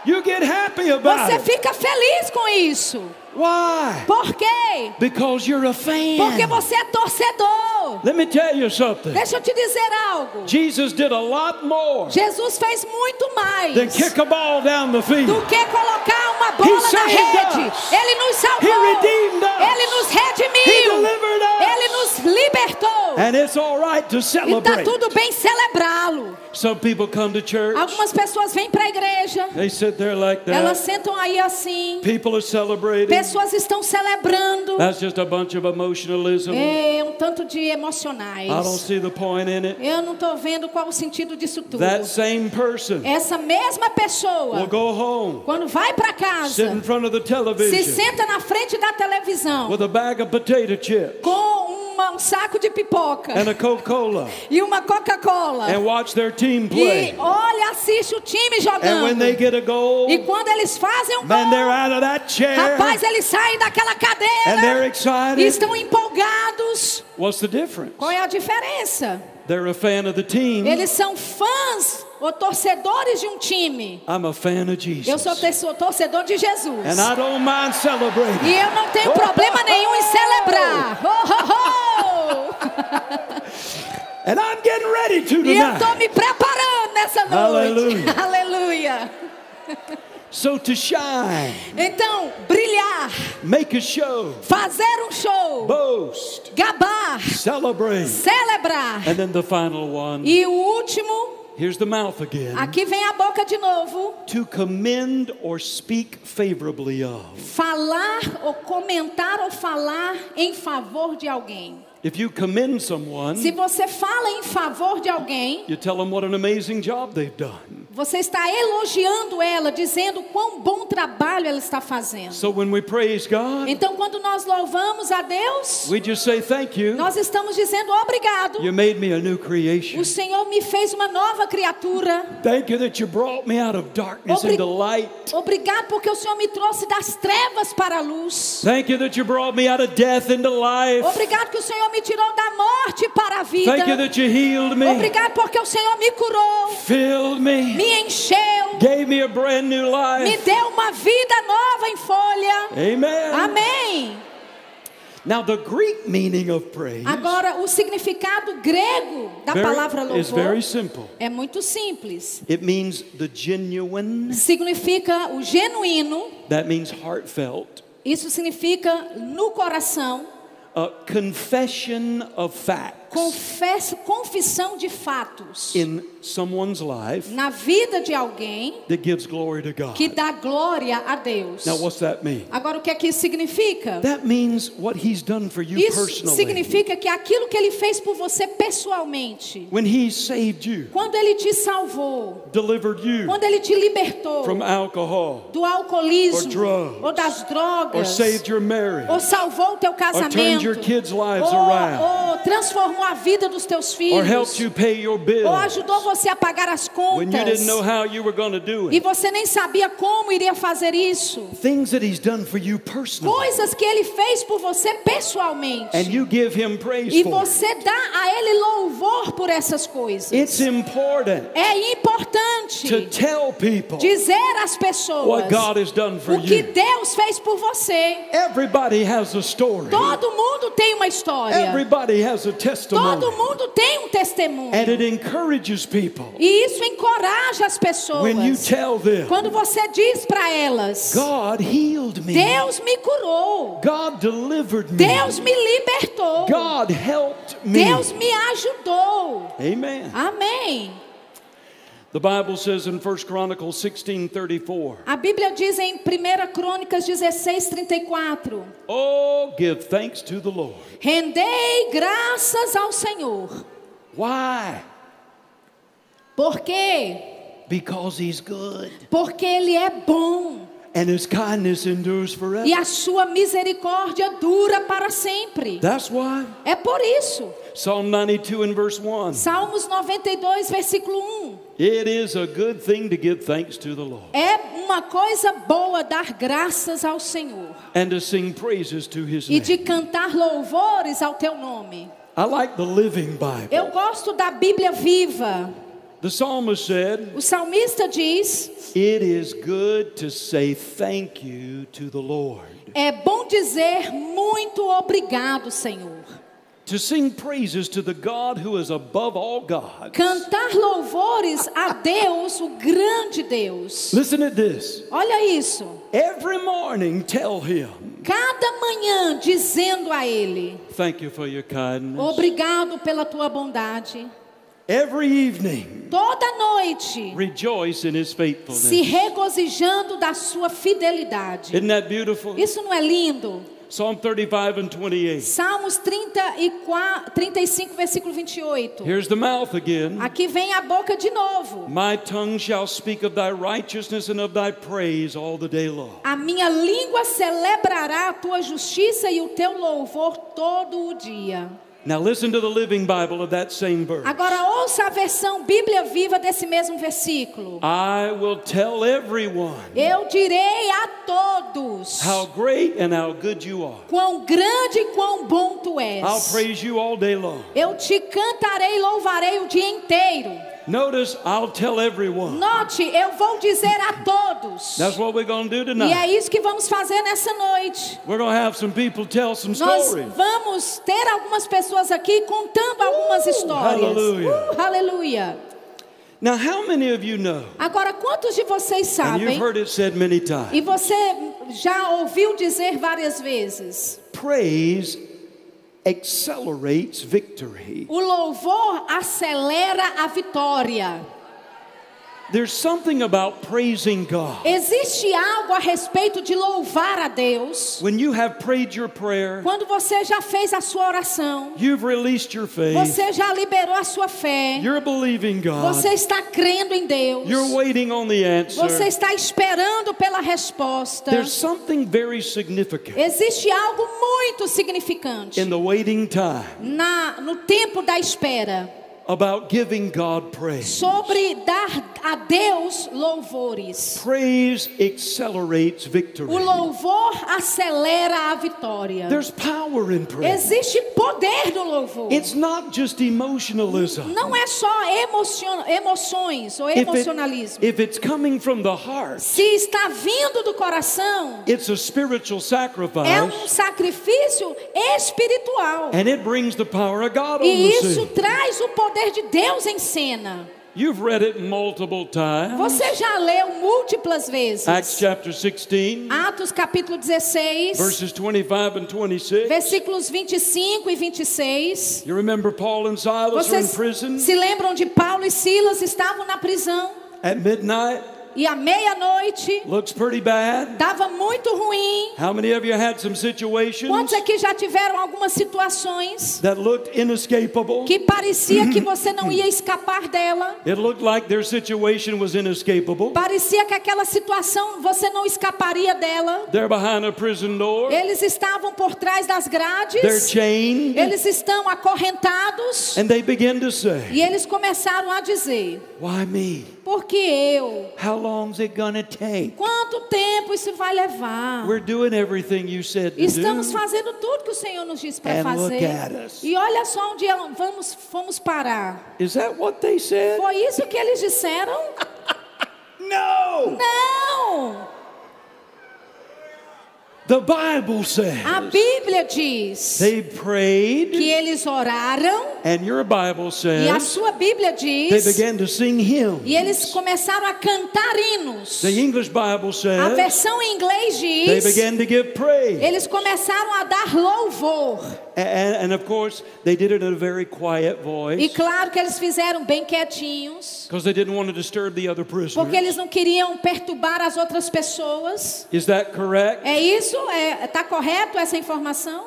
You get happy about Você it. fica feliz com isso. Why? Por quê? Because you're a Porque fan. você é torcedor. Let me tell you something. Deixa eu te dizer algo. Jesus did a lot more Jesus fez muito mais than do kick a ball down the field. que colocar uma He bola na saved rede. us. Ele nos salvou. He redeemed us. Ele nos He redimiu. delivered us. Ele nos libertou. And it's all right to E está celebrate. tudo bem celebrá-lo. Some people come to church. Algumas pessoas vêm para a igreja, They sit there like elas that. sentam aí assim. People are celebrating. Pessoas estão celebrando. That's just a bunch of emotionalism. I É um tanto de emocionais. don't see the point in it. Eu não estou vendo qual o sentido disso tudo. That same person Essa mesma will pessoa, go home, quando vai para sit in casa, front of the se television senta na frente da televisão with a bag of potato chips com uma- um saco de pipoca and a Coca-Cola e uma Coca-Cola and watch their team É e um play. olha, assiste o time And when they jogando. get a goal, E quando eles fazem um man, they're gol, out of that chair rapaz, eles saem daquela and they're cadeira e excited. estão empolgados. What's the difference? Qual é a diferença? They're a fan of the team Eles são fãs ou torcedores de um time. I'm a fan of Eu sou Jesus. te- sou torcedor de Jesus. And I don't mind celebrating. E eu não tenho Oh, problema nenhum em oh, celebrar. Oh, oh, oh. And I'm getting ready to E eu estou tonight. me preparando nessa noite. Aleluia. <laughs> Aleluia. So to shine, Então, brilhar, make a show, fazer um show, boast, gabar, celebrate. celebrar. And then the final one. E o último, Here's the mouth again. aqui vem a boca de novo. To commend or speak favorably of. Falar ou comentar ou falar em favor de alguém. If you commend someone, Se você fala em favor de alguém, you tell them what an amazing job they've done. você está elogiando ela, dizendo quão bom trabalho ela está fazendo. So when we praise God, Então, quando nós louvamos a Deus, we just say thank you. nós estamos dizendo obrigado. You made me a new O creation. Senhor me fez uma nova criatura. Thank you that you brought me out of darkness Obri- into light. Obrigado porque o Senhor me trouxe das trevas para a luz. Thank you that you brought me out of death into life. Obrigado que o Senhor me tirou da morte para a vida. Thank you that you healed me, Obrigado porque o Senhor me curou, filled me, Oh, me encheu, gave me a brand new me life. deu uma vida nova em folha. Amen. Amém. Now, the Greek meaning of praise Agora, o significado grego da very- palavra is very louvor simple. é muito simples. It means the genuine, Significa o genuíno, that means heartfelt, isso significa no coração, a confession of facts confesso, confissão de fatos in someone's life na vida de alguém that gives glory to God. que dá glória a Deus. Now, what's that mean? Agora, o que é que isso significa? That means what He's done for you Isso personally. significa que aquilo que ele fez por você pessoalmente, When He saved you, quando ele te salvou, delivered you quando ele te libertou from alcohol. do or alcoolismo drugs, ou das or drogas, saved your marriage, ou salvou o teu turned Oh, casamento, Oh, your kids' lives around. ou, ou transformou a vida dos teus or filhos, helped you pay your bills ou ajudou você Oh, a pagar as when you contas, didn't know how you were going to do e it. você nem sabia como iria fazer isso. Things that He's done for you personally, Coisas que ele fez por você pessoalmente. and you give Him praise E for. it. você dá a ele louvor por essas coisas. It's important É to importante tell people dizer às pessoas what God has done for o que you. Deus fez por você. Everybody has a story. Todo mundo tem uma história. Everybody has a Todo testimony, mundo tem um testemunho. and it encourages people E isso encoraja as when you pessoas. tell them, Quando você diz para elas: "God healed me, Deus me curou. God delivered me, Deus me libertou. God helped me." Deus me ajudou. Amen. Amém. The Bible says in 1 Chronicles 16 34, A Bíblia diz em 1 Crônicas 16, 34: Oh, give thanks to the Lord. Rendei graças ao Senhor, Why? porque Because He's good porque Ele é bom and His kindness endures forever. e a sua misericórdia dura para sempre. That's why É por isso. Psalm 92 and verse 1 Salmos 92, versículo 1. it is a good thing to give thanks to the Lord É uma coisa boa dar graças ao Senhor and to sing praises to His e name. de cantar louvores ao teu nome. I like the Living Bible. Eu gosto da Bíblia viva. The psalmist said, O salmista diz: It is good to say thank you to the Lord, É bom dizer muito obrigado, Senhor. to sing praises to the God who is above all gods. Cantar louvores a Deus, o grande Deus. Listen to this. Olha isso. Every morning tell him, Cada manhã dizendo a Ele: thank you for your kindness. Obrigado pela tua bondade. Every evening Toda noite rejoice in his faithfulness. se regozijando da sua fidelidade. Isn't that beautiful? Isso não é lindo? Psalm 35 and 28. Salmos 34, 35, versículo 28. Here's the mouth again. Aqui vem a boca de novo. My tongue shall speak of thy righteousness and of thy praise all the day long. A minha língua celebrará a tua justiça e o teu louvor todo o dia. Now listen to the living Bible of that same verse. Agora ouça a versão Bíblia viva desse mesmo versículo. I will tell everyone Eu direi a todos how great and how good you are. quão grande e quão bom tu I'll és. praise you all day long. Eu te cantarei e louvarei o dia inteiro. Notice, I'll tell everyone. Note, eu vou dizer a todos. That's what we're going to do E tonight. é isso que vamos fazer nessa noite. We're going to have some people tell some Nós stories. vamos ter algumas pessoas aqui contando algumas histórias. hallelujah. Uh, aleluia. Now, how many of you know? Agora, quantos de vocês And you've sabem? heard it said many times. E você já ouviu dizer várias vezes: Praise accelerates victory. o louvor acelera a vitória. There's something about praising God. Existe algo a respeito de louvar a Deus. When you have prayed your prayer, Quando você já fez a sua oração, you've released your faith, você já liberou a sua fé, you're believing God, você está crendo em Deus, you're waiting on the você answer. está esperando pela resposta. There's something very significant Existe algo muito significante in the waiting time na, no tempo da espera about giving God praise. sobre dar a Deus louvores. Praise accelerates O victory. louvor acelera a vitória. There's power in praise. Existe poder no louvor. It's not just emotionalism. Não é só emocion- emoções ou If, it- emocionalismo. if it's coming from the heart, Se está vindo do coração, It's a spiritual é sacrifice, um sacrifício espiritual. and it brings the power of God on E the isso scene. traz o poder de Deus em cena. You've read it multiple times. Você já leu múltiplas vezes. Acts chapter 16, Atos capítulo 16, verses 25 and 26. versículos 25 e 26. You remember Paul and Silas were in Vocês prison se lembram de Paulo e Silas estavam na prisão at midnight. e à meia-noite Looks pretty bad. estava muito ruim. How many of you had some situations Quantos aqui já tiveram algumas situações that looked inescapable? que parecia que você não ia escapar dela? It looked like their situation was inescapable. Parecia que aquela situação você não escaparia dela. They're behind a prison door. Eles estavam por trás das They're grades, chained. eles estão acorrentados And they begin to say, e eles começaram a dizer: Why me? Porque eu? How long's it going to take? Quanto tempo isso vai levar? We're doing everything you said to Estamos do. fazendo tudo que o Senhor nos diz para And fazer. look at us. E olha só onde ela- vamos, fomos parar. Is that what they said? Foi isso que eles disseram? No! Não! The Bible A says Bíblia diz they que prayed, eles oraram and your Bible e a says sua Bíblia they diz began to sing hymns. e eles começaram a cantar hinos. The English Bible A says versão em inglês they diz began to give praise. eles começaram a dar louvor. A- And, and of course, they did it in a very quiet E voice claro que eles fizeram bem quietinhos. because they didn't want to disturb the other Porque prisoners. eles não queriam perturbar as outras pessoas. Is that correct? É isso? É, tá correto essa informação?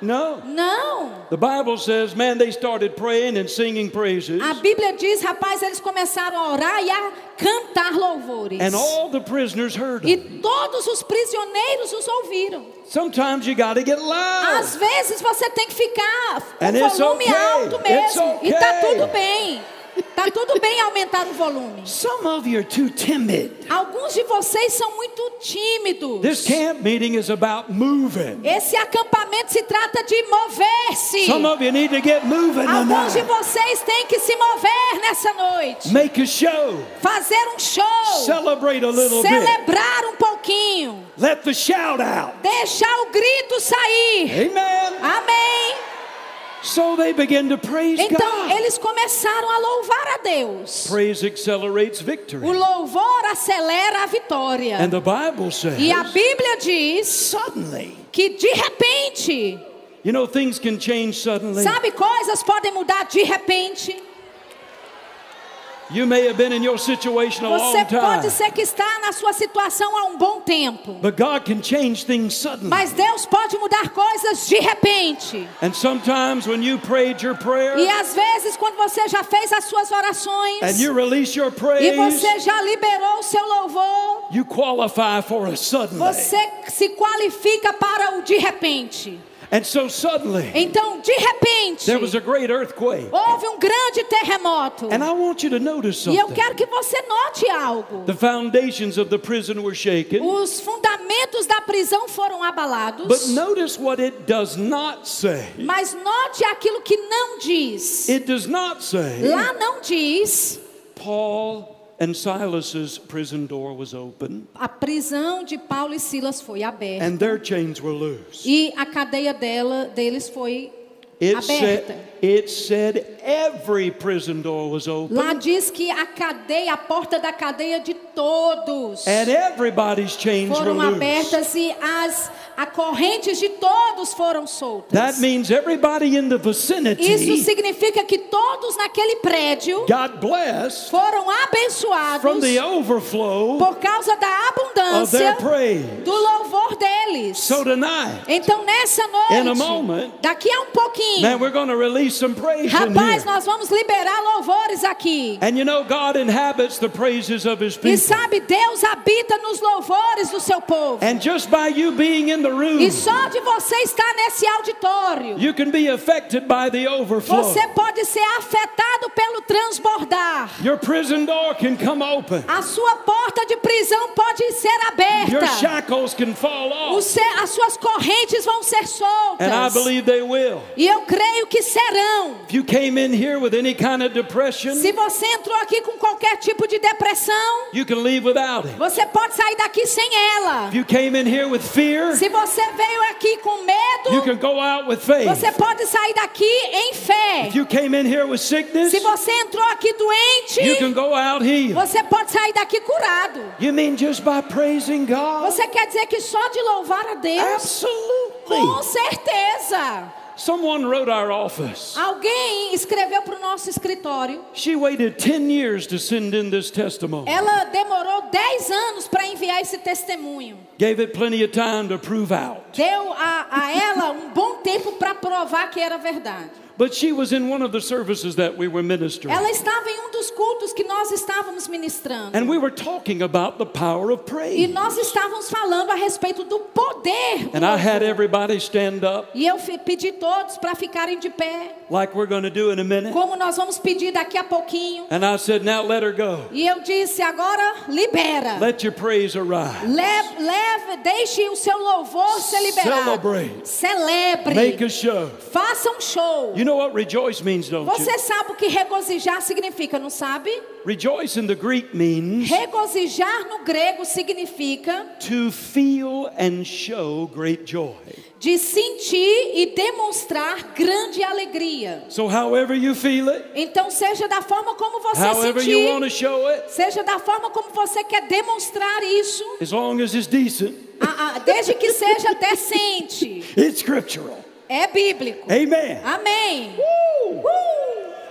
No. Não. The Bible says, man, they started praying and singing praises, A Bíblia diz, rapaz, eles começaram a orar e a cantar louvores. and all the prisoners heard E them. todos os prisioneiros os ouviram. Sometimes you got to get loud. Às vezes você tem que ficar com Ah. And it's volume okay. alto It's mesmo. okay. E tá tudo bem. Tá tudo bem aumentar o volume. Some of you are too timid. Alguns de vocês são muito tímidos. This camp meeting is about moving. Esse acampamento se trata de mover-se. Some of you need to get moving Alguns de tonight. vocês têm que se mover nessa noite. Make a show. Fazer um Oh. show. Celebrate a um little bit. Celebrar um pouquinho. Let the shout out. Deixar o grito sair. Amen. Amém. So they begin to praise Então God. eles começaram a louvar a Deus. Praise accelerates O victory. louvor acelera a vitória. And the Bible E a says, Bíblia diz suddenly, que de repente, you know, things can change suddenly. sabe, coisas podem mudar de repente. You may have been in your situation a Você long pode time, ser que está na sua situação há um bom tempo. but God can change things suddenly. Mas Deus pode mudar coisas de repente. And sometimes when you prayed your E prayer às vezes, quando você já fez as suas and orações you release your e praise, você já liberou o seu louvor, You qualify for a suddenly. você se qualifica para o de repente. And so suddenly, Então, de repente, there was a great earthquake. houve um grande terremoto. And I want you to notice E eu something. quero que você note algo. The foundations of the prison were shaken. Os fundamentos da prisão foram abalados. But notice what it does not say. Mas note aquilo que não diz. It does not say Lá não diz Paul and Silas's prison door was open a prisão de Paulo e Silas foi aberta and their chains were loose. e a cadeia dela deles foi It aberta. said, it said every prison door was open Lá diz que a cadeia, a porta da cadeia de todos and everybody's chains were foram loose. abertas e as a correntes de todos foram That soltas. means everybody in the Isso vicinity significa que todos naquele prédio got blessed foram from abençoados the overflow por causa da of abundância their praise. do louvor deles. So tonight, Então nessa In a noite, moment, daqui a um man, pouquinho, we're going to release some praise in rapaz, here. nós vamos liberar louvores aqui. And you know, God inhabits the praises of His E people. sabe, Deus habita nos louvores do seu povo. And just by you being in the room, E só de você estar nesse auditório, you can be affected by the overflow. você pode ser afetado pelo transbordar. Your prison door can come open. A sua porta de prisão pode ser Your aberta. shackles can fall O off. se- as suas correntes vão ser And I soltas. believe they will. E eu creio que serão. If you came in here with any kind of depression, Se você entrou aqui com qualquer tipo de depressão, you can leave without it. você pode sair daqui sem ela. If you came in here with fear, Se você veio aqui com you medo, can go out with faith. você pode sair daqui em fé. If you came in here with sickness, Se você entrou aqui you doente, can go out healed. você pode sair daqui curado. You mean just by praising God? Você quer dizer que só de louvar a Deus? Com Absolutely. certeza. Someone wrote our office. Alguém escreveu para o nosso escritório. She waited 10 years to send in this testimony. Ela demorou 10 anos para enviar esse testemunho. Gave it plenty of time to prove out. Deu a, a ela um bom tempo para provar que era verdade. But she was in one of the services that we were ministering. Ela estava em um dos cultos que nós estávamos ministrando. And we were talking about the power of E praise. nós estávamos falando a respeito do poder. do And I had louvor. everybody stand up E eu fi- pedi todos para ficarem de pé, like we're going to do in a minute. como nós vamos pedir daqui a pouquinho. And I said, now let her go. E eu disse: agora libera. Let your praise arise. Le- leve, deixe o seu louvor ser liberado. Celebrate. Celebre. Make a show. Faça um show. You know what rejoice means, don't you? Você sabe o que regozijar significa, não sabe? Rejoice in the Greek means Regozijar no grego significa to feel and show great joy. de sentir e demonstrar grande alegria. So, however you feel it, Então, seja da forma como você however you sentir, want to show it, seja da forma como você quer demonstrar isso, as long as it's decent, a- a- desde que seja decente. it's scriptural. É bíblico. Amen. Amém. Woo!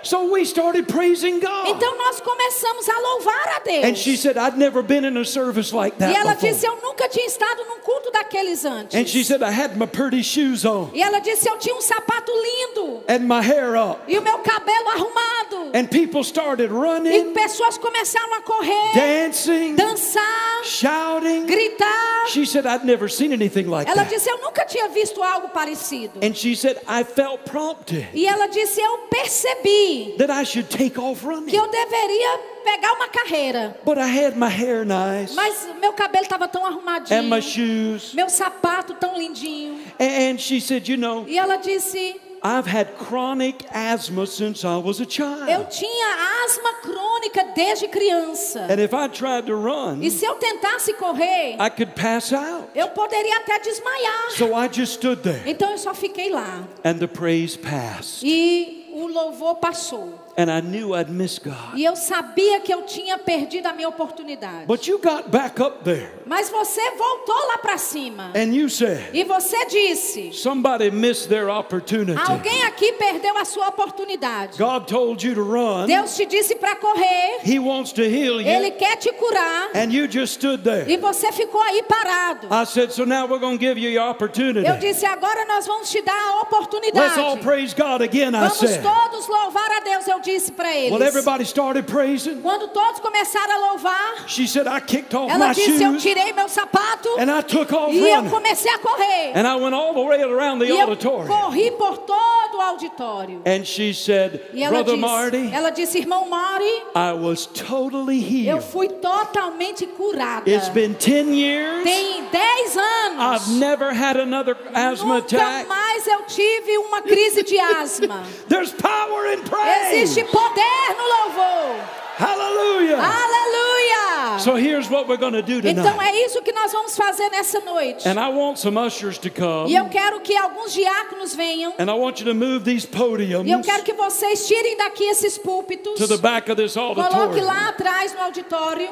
So we started praising God. Então nós começamos a louvar a And Deus. she said, I'd never been in a service like E ela that disse: before. Eu nunca tinha estado num culto daqueles antes. And she said, I had my pretty shoes on E ela disse: Eu tinha um sapato lindo. and my hair up. E o meu cabelo arrumado. And people started E running, pessoas começaram a correr, dancing, dançar, shouting. gritar. She said, I'd never seen anything like Ela that. disse: Eu nunca tinha visto algo parecido. And she said, I felt prompted E ela disse: Eu percebi that I should take off que running. eu deveria pegar uma carreira. But I had my hair nice Mas meu cabelo estava tão and my arrumadinho. shoes. Meu sapato tão lindinho. And she said, You know, E ela disse: I've had chronic asthma since I was a Eu child. tinha asma crônica desde criança. And if I tried to run, E se eu tentasse correr, I could pass out. eu poderia até desmaiar. So I just stood there Então eu só fiquei lá. and the praise passed. E o louvor passou. And I knew I'd miss God. E eu sabia que eu tinha perdido a minha oportunidade. But you got back up there Mas você voltou lá para cima. and you said, E você disse: Somebody missed their opportunity. Alguém aqui perdeu a sua oportunidade. God told you to run, Deus te disse para correr, He wants to heal ele you, quer te curar and you just stood there. e você ficou aí parado. I said, So now we're going to give you your Eu opportunity. disse: agora nós vamos te dar a Let's all oportunidade. praise God again, I Vamos said. todos louvar a Deus, eu disse para Well, eles. everybody started praising. Quando todos começaram a louvar, She said, I kicked off ela my disse: eu shoes tirei meu sapato and I took off e eu running. comecei a correr. And I went all the way around E the eu auditorium. corri por todo o auditório. And she said, E ela Brother disse, Marty, ela disse, irmão Marty, I was totally eu healed. fui totalmente curada. It's been 10 years. Tem 10 I've anos. never had another asthma Nunca attack. mais eu tive uma crise <laughs> de asma. There's power in praise. Existe poder no louvor. Ah. Hallelujah. Aleluia! Ah. So here's what we're going to do Então tonight. é isso que nós vamos fazer nessa noite. And I want some ushers to come. E eu quero que alguns diáconos venham. And I want you to move these E eu podiums quero que vocês tirem daqui esses púlpitos. to the back of this Coloque auditorium. lá atrás no auditório.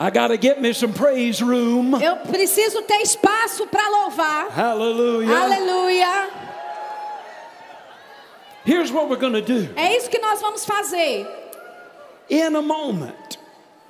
I got to get me some praise room. Eu preciso ter espaço para louvar. Hallelujah. Aleluia! Here's what we're going to do. É isso que nós vamos fazer In a moment,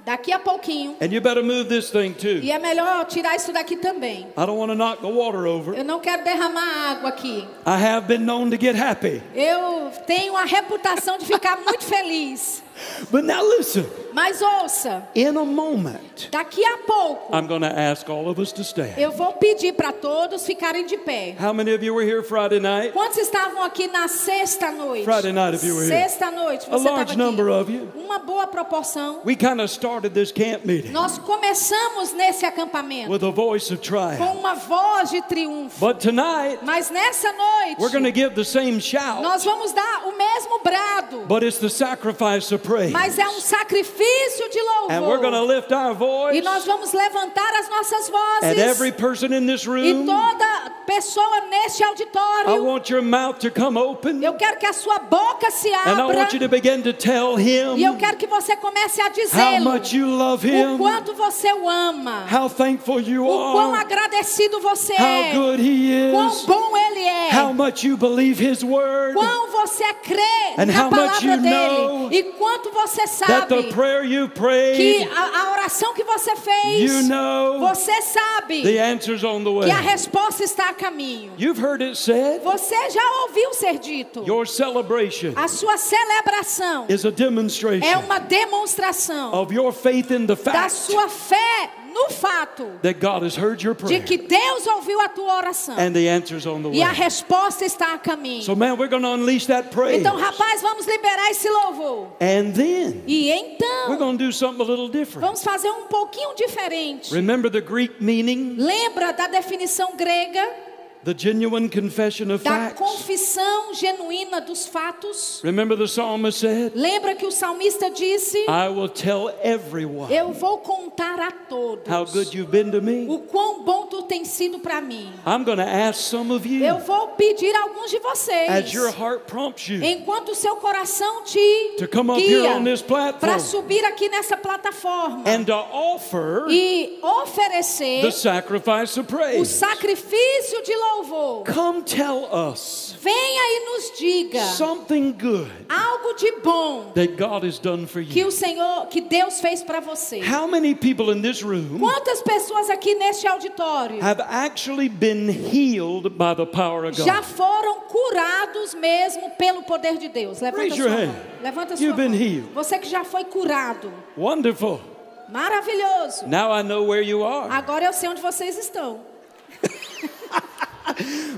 daqui a pouquinho. and you better move this thing too. E é melhor tirar isso daqui também. I don't want to knock the water over. Eu não quero derramar água aqui. I have been known to get happy. Eu tenho a reputação de ficar muito feliz. But now listen, Mas ouça, in a moment, daqui a pouco I'm going to ask all of us to stand. eu vou pedir para todos ficarem de pé. How many of you were here Friday night? Quantos estavam aqui na sexta noite? Friday night, if you were here. Sexta noite, A você estava large number aqui. of you. Uma boa proporção. We kind of started this camp meeting Nós começamos nesse acampamento with a voice of com triumph. uma voz de triunfo. But tonight, Mas nessa noite we're going to give the same shout, Nós vamos dar o mesmo brado, but it's the sacrifice of praise. mas é um sacrifício de And we're going to louvor. lift our E voice, nós vamos levantar as nossas and every vozes. person in this E room, toda pessoa neste I auditório, want your mouth to come open, eu quero que a sua boca se and I abra. want you to begin to tell E eu Him quero que você comece a how dizê-lo much you love o Him, quanto você o ama, how thankful you o quão are, agradecido você how é, good He quão is, bom ele é, how much you believe His word, quão você crê And na how much palavra you know dele e quanto você that the sabe prayer you que prayed, a, a oração que você fez, you know você sabe the answer's on the que a way. resposta está a caminho. You've heard it said Você já ouviu ser dito. your celebration A sua celebração is a é demonstration uma demonstração of your faith in the da fact sua fé no fato that God has heard your de prayer que Deus ouviu a tua oração and the answer's on the e a way. resposta está So, a caminho. man, we're going to unleash that praise. Então, rapaz, vamos liberar esse louvor. And then E we're então, going to do something a little different. vamos fazer um pouquinho diferente. Remember the Greek meaning, Lembra da definição grega the genuine confession of da facts. confissão genuína dos fatos? Remember the psalmist said, Lembra que o salmista disse: I will tell everyone Eu vou contar a todos how good you've been to me. o quão bom tu tem sido para mim. I'm going to ask some of Eu you, vou pedir a alguns de vocês, as Hmm. your heart prompts you, enquanto o seu coração te to come up here on this guia, para platform subir aqui nessa plataforma and to offer e the oferecer sacrifice of o praise. sacrifício de louvor. Come tell us Venha e nos diga something good algo de bom that God has done for que you. o Senhor, que Deus fez para você. How many people in this room Quantas pessoas aqui neste auditório have actually been healed by the power of já God? foram curados mesmo pelo poder de Deus. Levanta Raise sua your mão. hand. Levanta sua You've been mão. healed. Você que já foi curado. Wonderful. Maravilhoso. Now I know where you are. Agora eu sei onde vocês estão.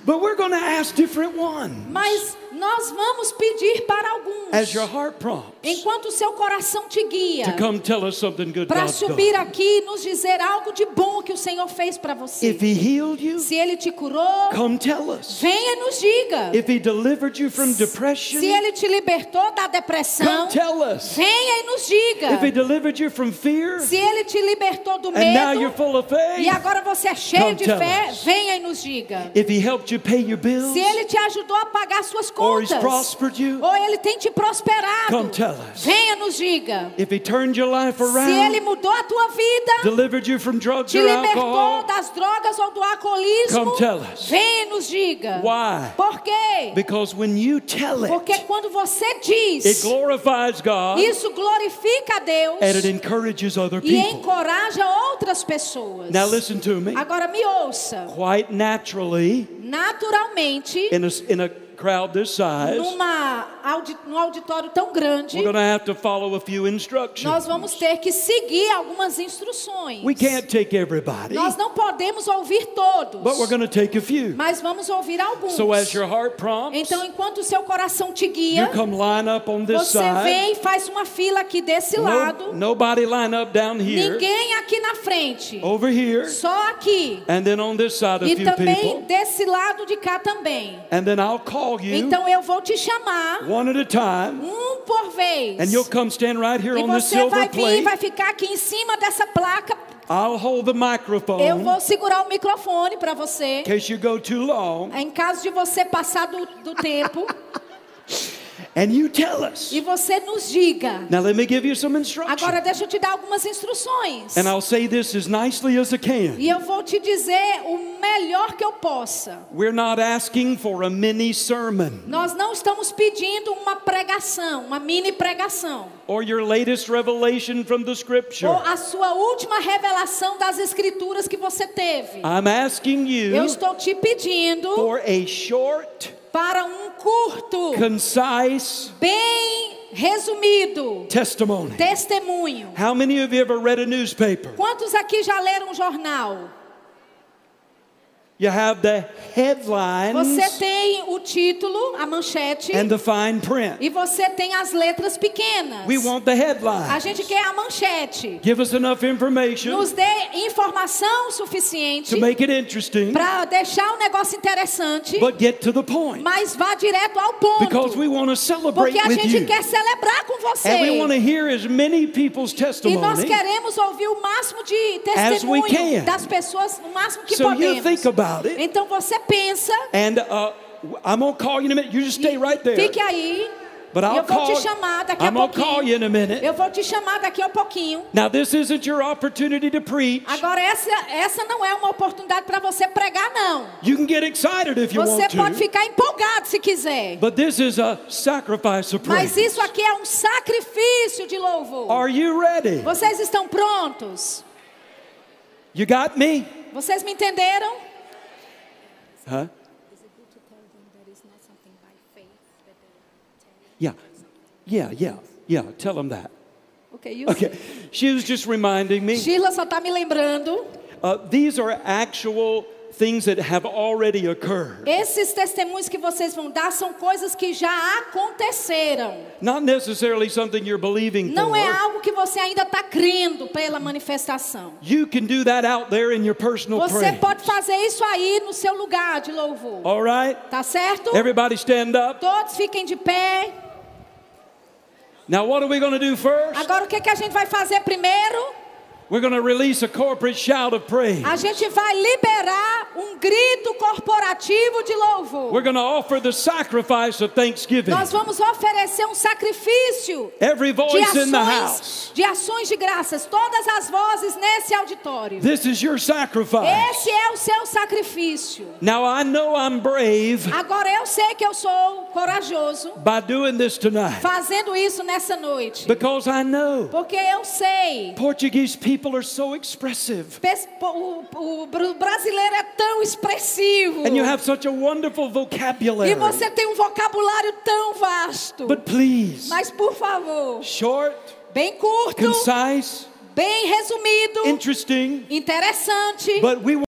But we're going to ask different ones Mas nós vamos pedir para as your alguns, heart prompts enquanto o seu coração te guia, to come tell us something good para God's done. subir aqui e nos dizer algo de bom que o Senhor fez para If você. He healed you, Se Ele te curou, come tell us. venha e nos diga. If He delivered you from Se depression, Ele te libertou da depressão, come tell us. venha e nos diga. If He delivered you from fear, Se Ele te libertou do and now medo, you're full of E faith, agora você é cheio Come de tell fé, us. venha e nos diga. if He helped you pay your bills Se ele te ajudou a pagar suas or He's contas, Oh, prospered you, ou ele tem te prosperado, come tell us. venha nos diga. If He turned your life Se ele around, mudou a tua vida, delivered you from drugs te or libertou alcohol, das drogas ou do alcoolismo, come tell us. venha e nos diga. Why? Por quê? Because when you tell Porque it, quando você it diz, glorifies God isso glorifica a Deus and it encourages other e people. encoraja outras pessoas. Now listen to me. Agora me ouça. Quite naturally, Naturalmente, in a, in a crowd this size, numa audi- num auditório tão grande, we're going to have to follow a few instructions. nós vamos ter que seguir algumas instruções. We can't take everybody, Nós não podemos ouvir todos, but we're going to take a few. mas vamos ouvir alguns. So as your heart prompts, Então, enquanto o seu coração te you guia, come line up on this você side. vem e faz uma fila aqui desse No- lado. nobody line up down here, Ninguém aqui na frente. over here, Só aqui. and then on this side a E few também people. desse lado de cá também. And then I'll call you Então eu vou te chamar one at a time. um por vez. And you'll come stand right here E on this você silver vai vir, plate. vai ficar aqui em cima dessa placa. I'll hold the Eu microphone in vou segurar o microfone para você. case you go too long. Em caso de você passar do, do <laughs> tempo. And you tell us. e você nos diga. Now let me give you some instructions. Agora deixa eu te dar algumas instruções. And I'll say this as nicely as I can. E eu vou te dizer o melhor que eu possa. We're not asking for a mini sermon Nós não estamos pedindo uma pregação, uma mini pregação. or your latest revelation from the Ou scripture. a sua última revelação das escrituras que você teve. I'm asking Eu you estou te pedindo for a short, para um curto, concise bem resumido testimony. testemunho. How many of you ever read a newspaper? Quantos aqui já leram um jornal? You have the Você headlines tem o título, a manchete, and the fine print. e você tem as letras pequenas. We want the A headlines. gente quer a manchete. Give us enough information Nos dê informação suficiente to make it interesting, para deixar o negócio interessante, but get to the point. mas vá direto ao Because ponto. we want to celebrate Porque a with gente you. quer celebrar com And we want você. to hear as many people's E nós testimony. queremos ouvir o máximo de we can. testemunho das pessoas, o máximo que So you podemos. think about it. Então você pensa, And uh, I'm going to call you in a minute. You just stay right there. E fique aí, But eu I'll vou call, te chamar daqui a I'm going to call you pouquinho. in a minute. Eu vou te chamar daqui a um pouquinho. Now, this isn't your opportunity to preach. Agora essa, essa não é uma oportunidade para você pregar não. You can get excited if you Você want pode to. ficar empolgado se quiser. But this is a sacrifice of Mas praise. isso aqui é um sacrifício de louvor. Are you ready? Vocês estão prontos? You got me? Vocês me entenderam? Huh? Is it good to tell them that it's not something by faith that they are telling? Yeah. Yeah, yeah, yeah. Tell them that. <laughs> Ok, you- Okay. She was just reminding me Sheila só está me lembrando. uh, these are actual things that have already occurred. Esses testemunhos que vocês vão dar são coisas que já aconteceram. Not necessarily something you're believing Não for. é algo que você ainda está crendo pela manifestação. You can do that out there in your personal Você prayer. pode fazer isso aí no seu lugar de louvor. All right? Tá certo? Everybody stand up. Todos fiquem de pé. Now, what are we going to do first? Agora o que, que a gente vai fazer primeiro? We're going to release a corporate shout of praise. A gente vai liberar um grito corporativo de We're louvor. going to offer the sacrifice of thanksgiving. Nós vamos oferecer um sacrifício Every de voice in the ações, house. de ações de graças, todas as vozes nesse auditório. This is your sacrifice. Esse é o seu sacrifício. Now, I know I'm brave Agora eu sei que eu sou corajoso by doing this tonight fazendo isso nessa noite, because I know porque eu sei. Portuguese people are so expressive pes- O, o br- brasileiro é tão expressivo. and you have such a wonderful E vocabulary. você tem um vocabulário tão vasto. But please, Mas por favor, short, bem curto, concise, bem resumido, interesting, interessante. but we